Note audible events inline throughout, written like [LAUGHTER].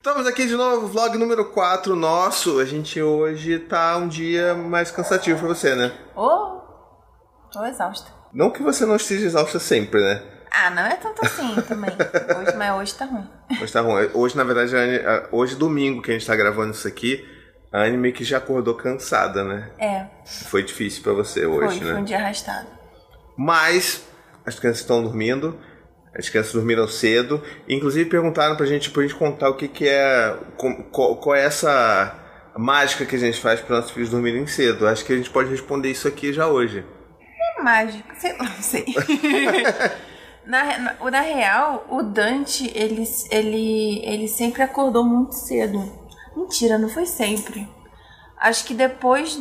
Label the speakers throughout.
Speaker 1: Estamos aqui de novo, vlog número 4 nosso. A gente hoje tá um dia mais cansativo pra você, né?
Speaker 2: Ô, tô exausta.
Speaker 1: Não que você não esteja exausta sempre, né?
Speaker 2: Ah, não é tanto assim também. Hoje, mas hoje tá ruim.
Speaker 1: Mas tá ruim. [LAUGHS] Hoje, na verdade, a Anne- a- hoje domingo que a gente tá gravando isso aqui, a Anne meio que já acordou cansada, né?
Speaker 2: É,
Speaker 1: Foi difícil pra você
Speaker 2: foi,
Speaker 1: hoje,
Speaker 2: foi
Speaker 1: né?
Speaker 2: um dia arrastado.
Speaker 1: Mas as crianças estão dormindo. As crianças dormiram cedo. Inclusive perguntaram pra gente, pra gente contar o que, que é. com- Qual, qual é essa mágica que a gente faz para nossos filhos dormirem cedo. Acho que a gente pode responder isso aqui já hoje.
Speaker 2: É mágico, sei lá, não
Speaker 1: [LAUGHS]
Speaker 2: sei. na, re- na, na real, o Dante, ele, ele, ele sempre acordou muito cedo. Mentira, não foi sempre. Acho que depois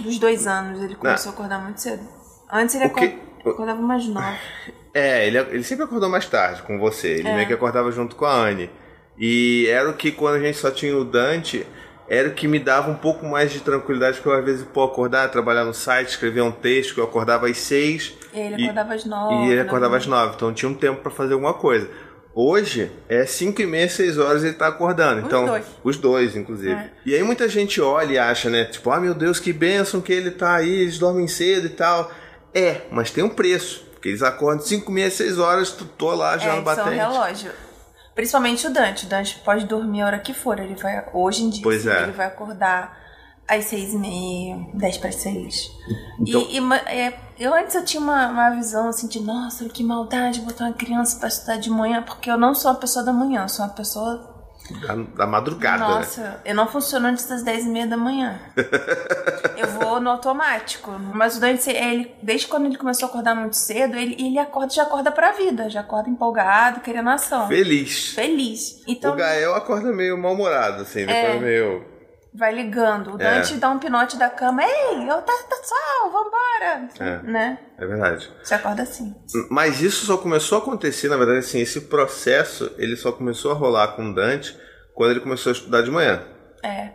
Speaker 2: dos dois anos ele começou a acordar muito cedo. Antes ele
Speaker 1: Ah. O que-
Speaker 2: acor- acordava umas nove.
Speaker 1: É, ele, ele sempre acordou mais tarde com você. Ele meio que acordava junto com a Anne. E era o que, quando a gente só tinha o Dante, era o que me dava um pouco mais de tranquilidade, porque eu, às vezes, pô, acordar, trabalhar no site, escrever um texto, que eu acordava às seis.
Speaker 2: E aí ele
Speaker 1: E-
Speaker 2: acordava às nove.
Speaker 1: E ele acordava
Speaker 2: nove.
Speaker 1: às nove, então tinha um tempo pra fazer alguma coisa. Hoje é cinco e meia, seis horas ele tá acordando.
Speaker 2: Os
Speaker 1: então,
Speaker 2: dois.
Speaker 1: Os dois, inclusive.
Speaker 2: É.
Speaker 1: E aí muita gente olha e acha, né? Tipo, ah meu Deus, que bênção que ele tá aí, eles dormem cedo e tal. É, mas tem um preço. Porque eles acordam cinco e meia, seis horas, tu tô lá já
Speaker 2: é,
Speaker 1: no
Speaker 2: isso é um
Speaker 1: batente.
Speaker 2: relógio. Principalmente o Dante. O Dante pode dormir a hora que for. Ele vai, hoje em dia,
Speaker 1: Pois
Speaker 2: assim,
Speaker 1: é.
Speaker 2: ele vai acordar às seis e meia, dez para seis.
Speaker 1: Então-
Speaker 2: E, e ma- é, eu antes eu tinha uma, uma visão assim de, nossa, que maldade botar uma criança pra estudar de manhã, porque eu não sou uma pessoa da manhã, eu sou uma pessoa.
Speaker 1: Da, da madrugada, né?
Speaker 2: nossa, eu não funciono antes das dez e meia
Speaker 1: [LAUGHS]
Speaker 2: da manhã. eu vou no automático. Mas o Dante, ele, desde quando ele começou a acordar muito cedo, ele, ele acorda já acorda pra vida, já acorda empolgado, querendo ação
Speaker 1: Feliz.
Speaker 2: feliz. Então É.
Speaker 1: O Gael acorda meio mal-humorado, assim, ele acorda meio.
Speaker 2: vai ligando. O
Speaker 1: É.
Speaker 2: Dante dá um pinote da cama. Ei, eu tá, tá sol, vambora.
Speaker 1: É.
Speaker 2: Né?
Speaker 1: É verdade.
Speaker 2: Você acorda assim.
Speaker 1: Mas isso só começou a acontecer, na verdade, assim, esse processo, ele só começou a rolar com o Dante quando ele começou a estudar de manhã.
Speaker 2: É.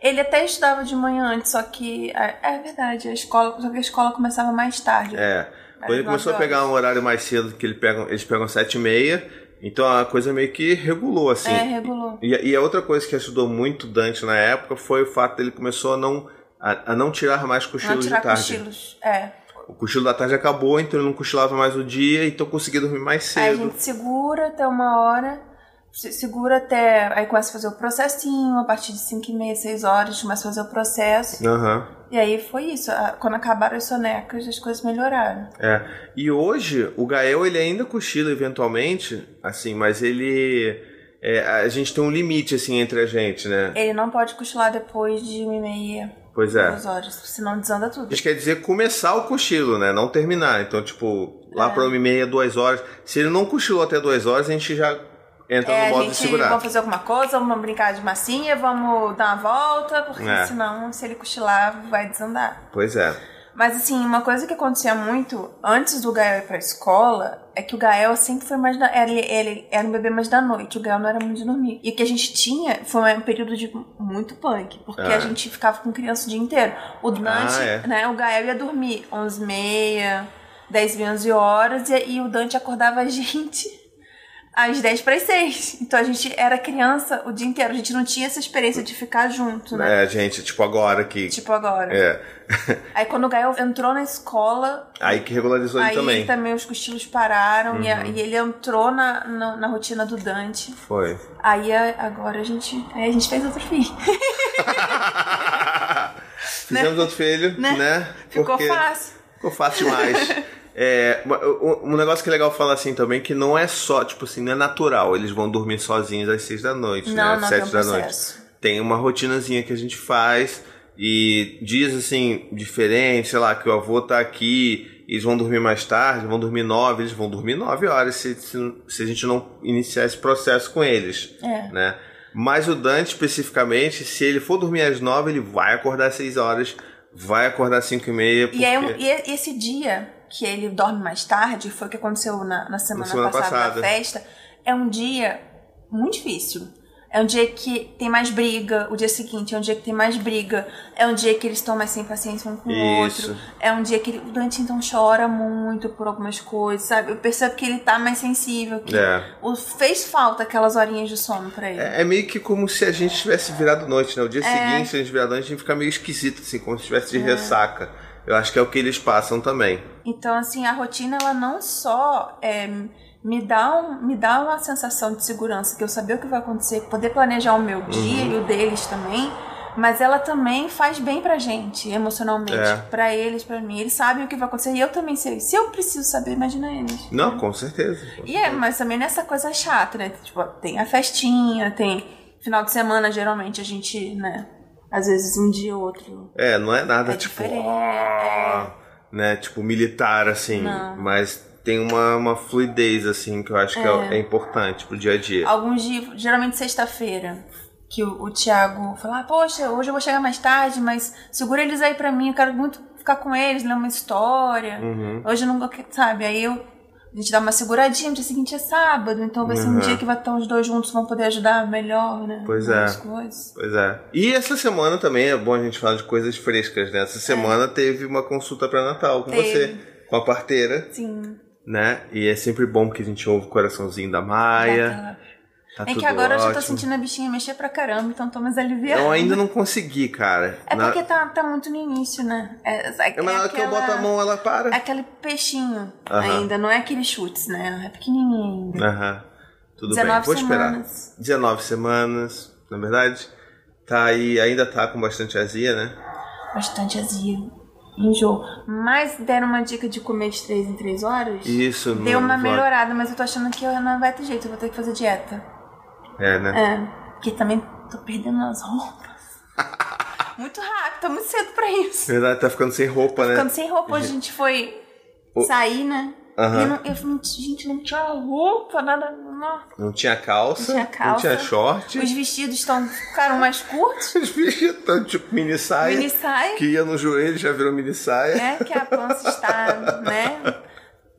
Speaker 2: Ele até estudava de manhã antes, só que. É é verdade, a escola, só que a escola começava mais tarde.
Speaker 1: É. Quando ele
Speaker 2: nove
Speaker 1: começou a
Speaker 2: horas.
Speaker 1: pegar um horário mais cedo, que ele pega, eles pegam sete e meia, então a coisa meio que regulou, assim.
Speaker 2: É, regulou.
Speaker 1: E, e a outra coisa que ajudou muito o Dante na época foi o fato dele começou a não, a, a não tirar mais
Speaker 2: Não
Speaker 1: cochilos de
Speaker 2: tirar
Speaker 1: tarde.
Speaker 2: cochilos. É.
Speaker 1: O cochilo da tarde acabou, então ele não cochilava mais o dia, então conseguia dormir mais
Speaker 2: Aí a
Speaker 1: cedo.
Speaker 2: gente segura até uma hora. se- Segura até. Aí começa a fazer o processinho. A partir de 5 e meia, 6 horas, começa a fazer o processo.
Speaker 1: Aham.
Speaker 2: E aí foi isso. a- Quando acabaram as sonecas, as coisas melhoraram.
Speaker 1: É. E hoje, o Gael ele ainda cochila eventualmente, assim, mas ele. é, a gente tem um limite, assim, entre a gente, né?
Speaker 2: Ele não pode cochilar depois de uma e meia,
Speaker 1: Pois é.
Speaker 2: duas horas, senão desanda tudo.
Speaker 1: Isso quer dizer começar o cochilo, né? Não terminar. Então, tipo, lá
Speaker 2: É.
Speaker 1: pra uma e meia, duas horas. Se ele não cochilou até duas horas, a gente já entra
Speaker 2: É,
Speaker 1: no modo de
Speaker 2: a gente
Speaker 1: segurar.
Speaker 2: vamos fazer alguma coisa, vamos brincar de massinha, vamos dar uma volta, porque
Speaker 1: É.
Speaker 2: senão, se ele cochilar, vai desandar.
Speaker 1: Pois é.
Speaker 2: Mas assim, uma coisa que acontecia muito antes do Gael ir pra escola é que o Gael sempre foi mais da. Ele, ele era um bebê mais da noite, o Gael não era muito de dormir. E o que a gente tinha foi um período de muito punk, porque
Speaker 1: É.
Speaker 2: a gente ficava com criança o dia inteiro. O Dante,
Speaker 1: Ah, é.
Speaker 2: né? O Gael ia dormir 11 h 30 10 h 11 horas, e, e o Dante acordava a [LAUGHS] gente às 10 para 6. Então a gente era criança o dia inteiro, a gente não tinha essa experiência de ficar junto, né?
Speaker 1: É, gente, tipo, agora que.
Speaker 2: Tipo agora.
Speaker 1: É.
Speaker 2: Aí quando o Gael entrou na escola,
Speaker 1: Aí que regularizou ele
Speaker 2: aí
Speaker 1: também. Uhum.
Speaker 2: os cochilos pararam e, a- e ele entrou na, na, na rotina do Dante.
Speaker 1: Foi. [LAUGHS]
Speaker 2: Aí a- agora a gente. Aí a gente fez outro filho.
Speaker 1: Fizemos outro filho, né?
Speaker 2: Né? Ficou
Speaker 1: Porque-
Speaker 2: fácil.
Speaker 1: Ficou fácil demais.
Speaker 2: [LAUGHS]
Speaker 1: É, ma- o- o- um negócio que é legal falar assim também, que não é só, tipo assim, não é natural. Eles vão dormir sozinhos às seis da noite, né?
Speaker 2: Não,
Speaker 1: Às
Speaker 2: não tem
Speaker 1: sete
Speaker 2: um
Speaker 1: da noite.
Speaker 2: processo.
Speaker 1: Tem uma rotinazinha que a gente faz e dias assim, diferentes, sei lá, que o avô tá aqui, eles vão dormir mais tarde, vão dormir nove, eles vão dormir nove horas se, se, se a gente não iniciar esse processo com eles,
Speaker 2: É.
Speaker 1: né? Mas o Dante, especificamente, se ele for dormir às nove, ele vai acordar às seis horas, vai acordar às cinco e meia.
Speaker 2: E, aí,
Speaker 1: porque-
Speaker 2: um- e e esse dia que ele dorme mais tarde, foi o que aconteceu na, na semana,
Speaker 1: semana
Speaker 2: passada,
Speaker 1: passada.
Speaker 2: da festa, é um dia muito difícil. É É um dia que tem mais briga, o dia seguinte é um dia que tem mais briga, é um dia que eles estão mais sem paciência um com o
Speaker 1: Isso.
Speaker 2: outro, é um dia que ele, o Dante então chora muito por algumas coisas, sabe? Eu percebo que ele tá mais sensível, que
Speaker 1: É.
Speaker 2: o, fez falta aquelas horinhas de sono pra ele.
Speaker 1: É, é meio que como se a gente tivesse virado noite, né?
Speaker 2: É.
Speaker 1: O dia seguinte, se a gente virar noite, a gente fica meio esquisito, assim, como se tivesse de ressaca. Eu acho que é o que eles passam também.
Speaker 2: Então, assim, a rotina, ela não só é, me, dá um, me dá uma sensação de segurança, que eu saber o que vai acontecer, poder planejar o meu dia e o deles também, mas ela também faz bem pra gente, emocionalmente.
Speaker 1: É.
Speaker 2: Pra eles, pra mim. Eles sabem o que vai acontecer e eu também sei. Se eu preciso saber, imagina eles.
Speaker 1: Não, com certeza.
Speaker 2: E é, mas também nessa coisa chata, né? Tipo, tem a festinha, tem final de semana, geralmente a gente, né? Às vezes um dia ou outro.
Speaker 1: É, não é nada
Speaker 2: É
Speaker 1: tipo.
Speaker 2: diferente,
Speaker 1: "Ah", Né? Tipo, militar, assim.
Speaker 2: Não.
Speaker 1: Mas tem uma, uma fluidez, assim, que eu acho que é, é importante pro dia a dia.
Speaker 2: Alguns dias, geralmente sexta-feira, que o, o Thiago fala, ah, poxa, hoje eu vou chegar mais tarde, mas segura eles aí pra mim, eu quero muito ficar com eles, ler uma história.
Speaker 1: Uhum.
Speaker 2: Hoje eu não vou- sabe? Aí eu, a gente dá uma seguradinha, no dia seguinte é sábado, então vai ser um
Speaker 1: Uhum.
Speaker 2: dia que vai estar os dois juntos, vão poder ajudar melhor, né?
Speaker 1: Pois
Speaker 2: Nas
Speaker 1: é.
Speaker 2: coisas.
Speaker 1: Pois é. E essa semana também é bom a gente falar de coisas frescas, né? Essa semana teve uma consulta para Natal com
Speaker 2: É. Teve.
Speaker 1: você, com a parteira,
Speaker 2: Sim.
Speaker 1: né? E é sempre bom porque a gente ouve o coraçãozinho da Maia.
Speaker 2: dá aquela-
Speaker 1: Tá
Speaker 2: É
Speaker 1: tudo
Speaker 2: que agora eu
Speaker 1: ótimo.
Speaker 2: já tô sentindo a bichinha mexer pra caramba, então tô mais aliviada.
Speaker 1: Eu ainda não consegui, cara.
Speaker 2: É
Speaker 1: Na-
Speaker 2: porque tá, tá muito no início, né? É, é,
Speaker 1: É, mas na hora que eu boto a mão, ela para.
Speaker 2: É aquele peixinho
Speaker 1: Aham.
Speaker 2: ainda, não é aquele chutes, né? É pequenininho ainda.
Speaker 1: Aham. Tudo bem,
Speaker 2: 19
Speaker 1: vou esperar.
Speaker 2: semanas.
Speaker 1: 19 semanas, na verdade. Tá aí, ainda tá com bastante azia, né?
Speaker 2: Bastante azia. Enjoo. Mas deram uma dica de comer de 3 em 3 horas.
Speaker 1: Isso, não-
Speaker 2: Deu uma
Speaker 1: não-
Speaker 2: melhorada, mas eu tô achando que eu não vai ter jeito, eu vou ter que fazer dieta.
Speaker 1: É, né?
Speaker 2: É, porque também tô perdendo as roupas.
Speaker 1: [LAUGHS]
Speaker 2: muito rápido, tá muito cedo pra isso.
Speaker 1: Na verdade, tá ficando sem roupa, né?
Speaker 2: Ficando sem roupa, hoje a gente foi
Speaker 1: O-
Speaker 2: sair, né?
Speaker 1: Aham.
Speaker 2: E eu, não, eu falei, gente, não tinha roupa, nada. Não.
Speaker 1: Não tinha calça,
Speaker 2: Não tinha calça.
Speaker 1: não tinha short.
Speaker 2: Os vestidos estão, ficaram mais curtos.
Speaker 1: Os bichos tão [LAUGHS] tipo mini saia.
Speaker 2: Mini saia,
Speaker 1: Que ia no joelho, já virou mini saia.
Speaker 2: né? Que a pança está, né?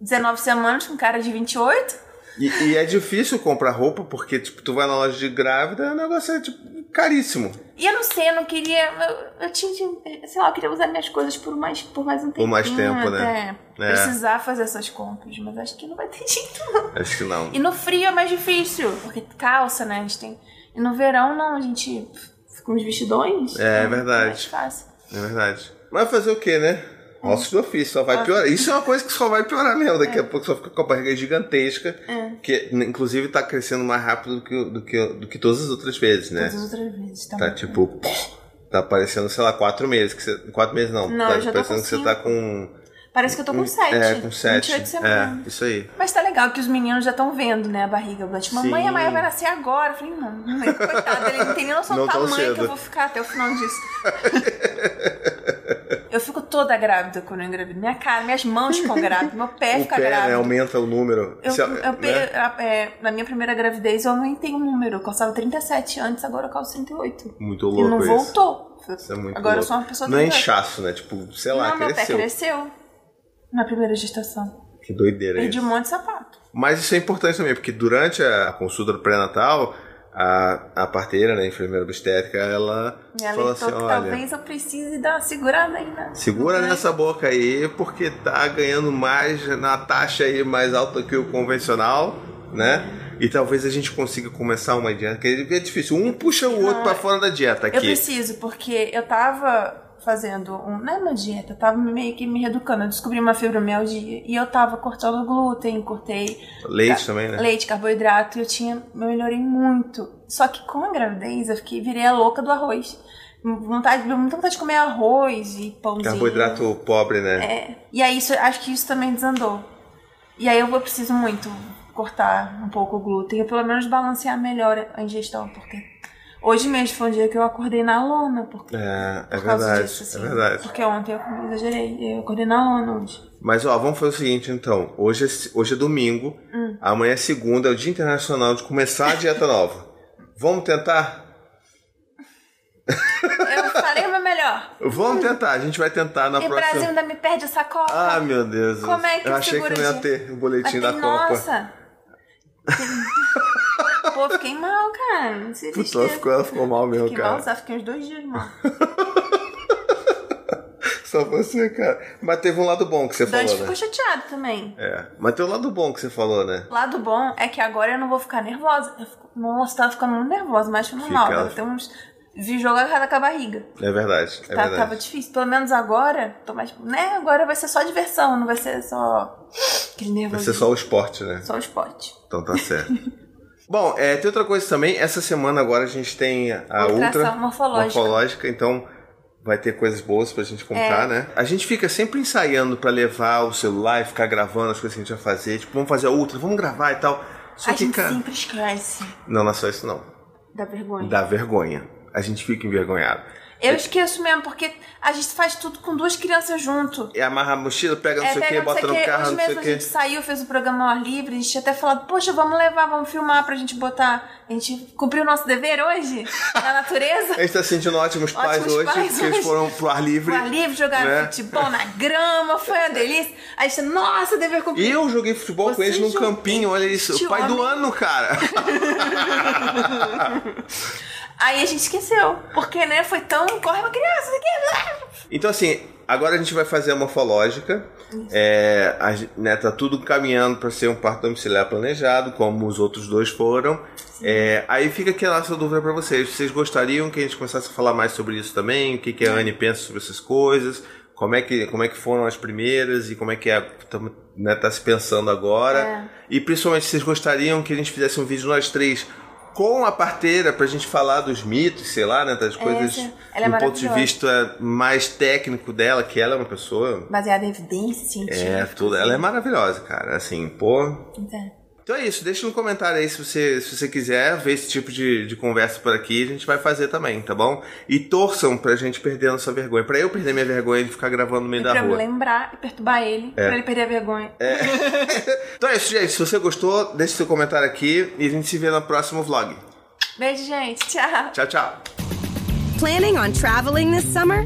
Speaker 2: 19 semanas com cara de 28.
Speaker 1: E, e é difícil comprar roupa, porque, tipo, tu vai na loja de grávida, o negócio é, tipo, caríssimo.
Speaker 2: E eu não sei, eu não queria. Eu, eu tinha. de- Sei lá, eu queria usar minhas coisas por mais, por mais um tempo.
Speaker 1: Por mais tempo, né? É.
Speaker 2: Precisar fazer essas compras, mas acho que não vai ter [LAUGHS] jeito.
Speaker 1: Acho que não.
Speaker 2: E no frio é mais difícil, porque calça, né? A gente tem. E no verão, não, a gente fica com os vestidões.
Speaker 1: É, é
Speaker 2: então
Speaker 1: verdade.
Speaker 2: mais fácil.
Speaker 1: É verdade. Mas fazer o quê, né? Nosso do ofício só vai piorar. Isso é uma coisa que só vai piorar mesmo.
Speaker 2: É.
Speaker 1: Daqui a pouco só fica com a barriga gigantesca. Que, inclusive, tá crescendo mais rápido do que, do que, do que todas as outras vezes, né?
Speaker 2: Todas as outras vezes. Tá,
Speaker 1: Tá
Speaker 2: muito
Speaker 1: tipo. pff, Tá parecendo, sei lá, quatro meses. Que você, quatro meses não.
Speaker 2: Não,
Speaker 1: tá
Speaker 2: eu já tô
Speaker 1: parecendo
Speaker 2: com
Speaker 1: que você tá com.
Speaker 2: bem. Parece que eu tô com 7.
Speaker 1: É, com sete.
Speaker 2: 28 semanas.
Speaker 1: É, isso aí.
Speaker 2: Mas tá legal que os meninos já estão vendo, né, a barriga. Eu falei, mamãe,
Speaker 1: Sim.
Speaker 2: a Maia vai nascer agora. Eu falei, não, mãe, coitada, ele não tem nem noção do
Speaker 1: Não tão
Speaker 2: tamanho que
Speaker 1: cedo.
Speaker 2: eu vou ficar até o final disso. eu fico toda grávida quando eu engravido. Minha cara, minhas mãos ficam grávidas, meu pé
Speaker 1: O
Speaker 2: fica
Speaker 1: pé, né?
Speaker 2: grávido.
Speaker 1: Aumenta o número.
Speaker 2: Eu,
Speaker 1: Se-
Speaker 2: eu pe-
Speaker 1: né?
Speaker 2: a- é, na minha primeira gravidez eu aumentei um número. Eu calçava 37 antes, agora eu calço 38.
Speaker 1: Muito
Speaker 2: E
Speaker 1: louco
Speaker 2: não
Speaker 1: isso.
Speaker 2: voltou.
Speaker 1: Isso é muito
Speaker 2: agora eu
Speaker 1: louco.
Speaker 2: sou uma pessoa
Speaker 1: Não é
Speaker 2: 38.
Speaker 1: inchaço, né? Tipo, sei lá,
Speaker 2: Não, meu pé
Speaker 1: cresceu.
Speaker 2: cresceu na primeira gestação.
Speaker 1: Que doideira
Speaker 2: Perdi
Speaker 1: isso.
Speaker 2: um monte de sapato.
Speaker 1: Mas isso é importante também, porque durante a consulta do pré-natal, a, a parteira, né, a enfermeira obstétrica, ela
Speaker 2: Me
Speaker 1: fala
Speaker 2: alertou
Speaker 1: assim,
Speaker 2: que
Speaker 1: olha,
Speaker 2: talvez eu precise dar uma segurada aí, né?
Speaker 1: segura nessa boca aí, porque tá ganhando mais na taxa aí mais alta que o convencional, né? E talvez a gente consiga começar uma dieta, que é difícil. Um puxa o outro pra fora da dieta
Speaker 2: é- Eu
Speaker 1: aqui.
Speaker 2: preciso, porque eu tava fazendo um. Não é uma dieta, eu tava meio que me reeducando. Eu descobri uma fibromialgia e eu tava cortando glúten, cortei
Speaker 1: Leite também, né?
Speaker 2: leite, carboidrato, e eu tinha. Eu melhorei muito. Só que com a gravidez eu fiquei, virei a louca do arroz. Vontade, deu muita vontade de comer arroz e pãozinho.
Speaker 1: Carboidrato pobre, né?
Speaker 2: É. E aí isso, acho que isso também desandou. E aí eu vou preciso muito cortar um pouco o glúten, ou pelo menos balancear melhor a ingestão, porque hoje mesmo foi um dia que eu acordei na lona, porque
Speaker 1: É, é,
Speaker 2: por causa
Speaker 1: verdade,
Speaker 2: disso, assim.
Speaker 1: é verdade.
Speaker 2: Porque ontem eu comi, exagerei, e eu acordei na lona hoje.
Speaker 1: Mas ó, vamos fazer o seguinte então. Hoje é, hoje é domingo,
Speaker 2: Hum.
Speaker 1: amanhã é segunda, é o Dia Internacional de começar a dieta
Speaker 2: [LAUGHS]
Speaker 1: nova. Vamos tentar?
Speaker 2: Eu falei o meu melhor.
Speaker 1: Vamos tentar, a gente vai tentar na
Speaker 2: Hum. E o
Speaker 1: próxima.
Speaker 2: Brasil ainda me perde essa copa.
Speaker 1: Ah, meu Deus.
Speaker 2: Como é que
Speaker 1: Eu achei que
Speaker 2: segura
Speaker 1: não ia
Speaker 2: de-
Speaker 1: ter o
Speaker 2: Mas
Speaker 1: boletim
Speaker 2: tem-
Speaker 1: da Copa.
Speaker 2: nossa! [LAUGHS] Pô, fiquei mal, cara. Não sei
Speaker 1: Puta, ela ficou, ela ficou mal mesmo,
Speaker 2: Fiquei mal,
Speaker 1: cara.
Speaker 2: só fiquei uns dois dias mal.
Speaker 1: Só você, cara. Mas teve um lado bom que você
Speaker 2: O Dante
Speaker 1: falou,
Speaker 2: ficou
Speaker 1: né?
Speaker 2: chateado também.
Speaker 1: É. Mas tem um lado bom que você falou, né?
Speaker 2: Lado bom é que agora eu não vou ficar nervosa. Eu fico- nossa, tava ficando muito nervosa, mas foi normal.
Speaker 1: Fica.
Speaker 2: Deve ter uns. Vi jogo errado com a barriga.
Speaker 1: É verdade. É
Speaker 2: Tá-
Speaker 1: verdade.
Speaker 2: tava difícil. Pelo menos agora, tô mais. Né? Agora vai ser só diversão, não vai ser só. Aquele
Speaker 1: Vai
Speaker 2: nervoso.
Speaker 1: ser só o esporte, né?
Speaker 2: Só o esporte.
Speaker 1: Então tá certo. [LAUGHS] Bom, é, tem outra coisa também. Essa semana agora a gente tem a
Speaker 2: Ultração
Speaker 1: ultra
Speaker 2: morfológica.
Speaker 1: então vai ter coisas boas pra gente comprar,
Speaker 2: É.
Speaker 1: né? A gente fica sempre ensaiando pra levar o celular e ficar gravando as coisas que a gente vai fazer. Tipo, vamos fazer a ultra, vamos gravar e tal. Só
Speaker 2: a
Speaker 1: que,
Speaker 2: gente
Speaker 1: cara.
Speaker 2: sempre esquece
Speaker 1: Não, não é só isso não.
Speaker 2: da vergonha.
Speaker 1: Dá vergonha. A gente fica envergonhado.
Speaker 2: Eu esqueço mesmo, porque a gente faz tudo com duas crianças junto.
Speaker 1: E É, amarra a mochila, pega não
Speaker 2: É,
Speaker 1: sei o que,
Speaker 2: pega não
Speaker 1: bota
Speaker 2: sei o
Speaker 1: no
Speaker 2: quê. assim.
Speaker 1: carro,
Speaker 2: Hoje
Speaker 1: não sei
Speaker 2: mesmo
Speaker 1: o
Speaker 2: a
Speaker 1: que.
Speaker 2: gente saiu, fez o programa ao ar livre, a gente tinha até falado, poxa, vamos levar, vamos filmar pra gente botar. A gente cumpriu o nosso dever hoje, na natureza.
Speaker 1: A gente tá sentindo ótimos pais
Speaker 2: Ótimos
Speaker 1: hoje,
Speaker 2: pais
Speaker 1: porque eles
Speaker 2: hoje.
Speaker 1: foram pro ar livre.
Speaker 2: Pro ar livre, jogaram
Speaker 1: né?
Speaker 2: futebol na grama, foi uma delícia. Aí você, nossa, dever
Speaker 1: E
Speaker 2: cumprido.
Speaker 1: eu joguei futebol com
Speaker 2: Você
Speaker 1: eles num
Speaker 2: jogou-
Speaker 1: campinho, olha isso.
Speaker 2: Este
Speaker 1: o pai do
Speaker 2: homem.
Speaker 1: ano, cara.
Speaker 2: Aí a gente esqueceu, porque, né, foi tão, corre uma criança, isso aqui. né?
Speaker 1: então, assim, agora a gente vai fazer a morfológica. É, a gen- né, tá tudo caminhando pra ser um parto domiciliar planejado, como os outros dois foram. É, aí fica aqui a nossa dúvida pra vocês. Vocês gostariam que a gente começasse a falar mais sobre isso também? O que, que a Anne pensa sobre essas coisas? Como é, que, como é que foram as primeiras e como é que a, tamo- né, tá se pensando agora?
Speaker 2: É.
Speaker 1: E principalmente vocês gostariam que a gente fizesse um vídeo nós três com a parteira pra gente falar dos mitos, sei lá, né, das coisas
Speaker 2: sim. Ela é
Speaker 1: do ponto de
Speaker 2: maravilhosa.
Speaker 1: vista mais técnico dela, que ela é uma pessoa
Speaker 2: Baseado em evidência científica.
Speaker 1: é tudo, ela é maravilhosa, cara. Assim, pô.
Speaker 2: Então,
Speaker 1: Então é isso, deixa no comentário aí se você, se você quiser ver esse tipo de, de conversa por aqui, a gente vai fazer também, tá bom? E torçam pra gente perder a nossa vergonha, pra eu perder minha vergonha de ficar gravando no meio
Speaker 2: e
Speaker 1: da
Speaker 2: pra me
Speaker 1: rua. É.
Speaker 2: lembrar e perturbar ele, pra ele perder a vergonha.
Speaker 1: Então é isso, gente. Se você gostou, deixa seu comentário aqui e a gente se vê no próximo vlog.
Speaker 2: Beijo, gente. Tchau.
Speaker 1: Tchau, tchau.
Speaker 3: Planning on traveling this summer?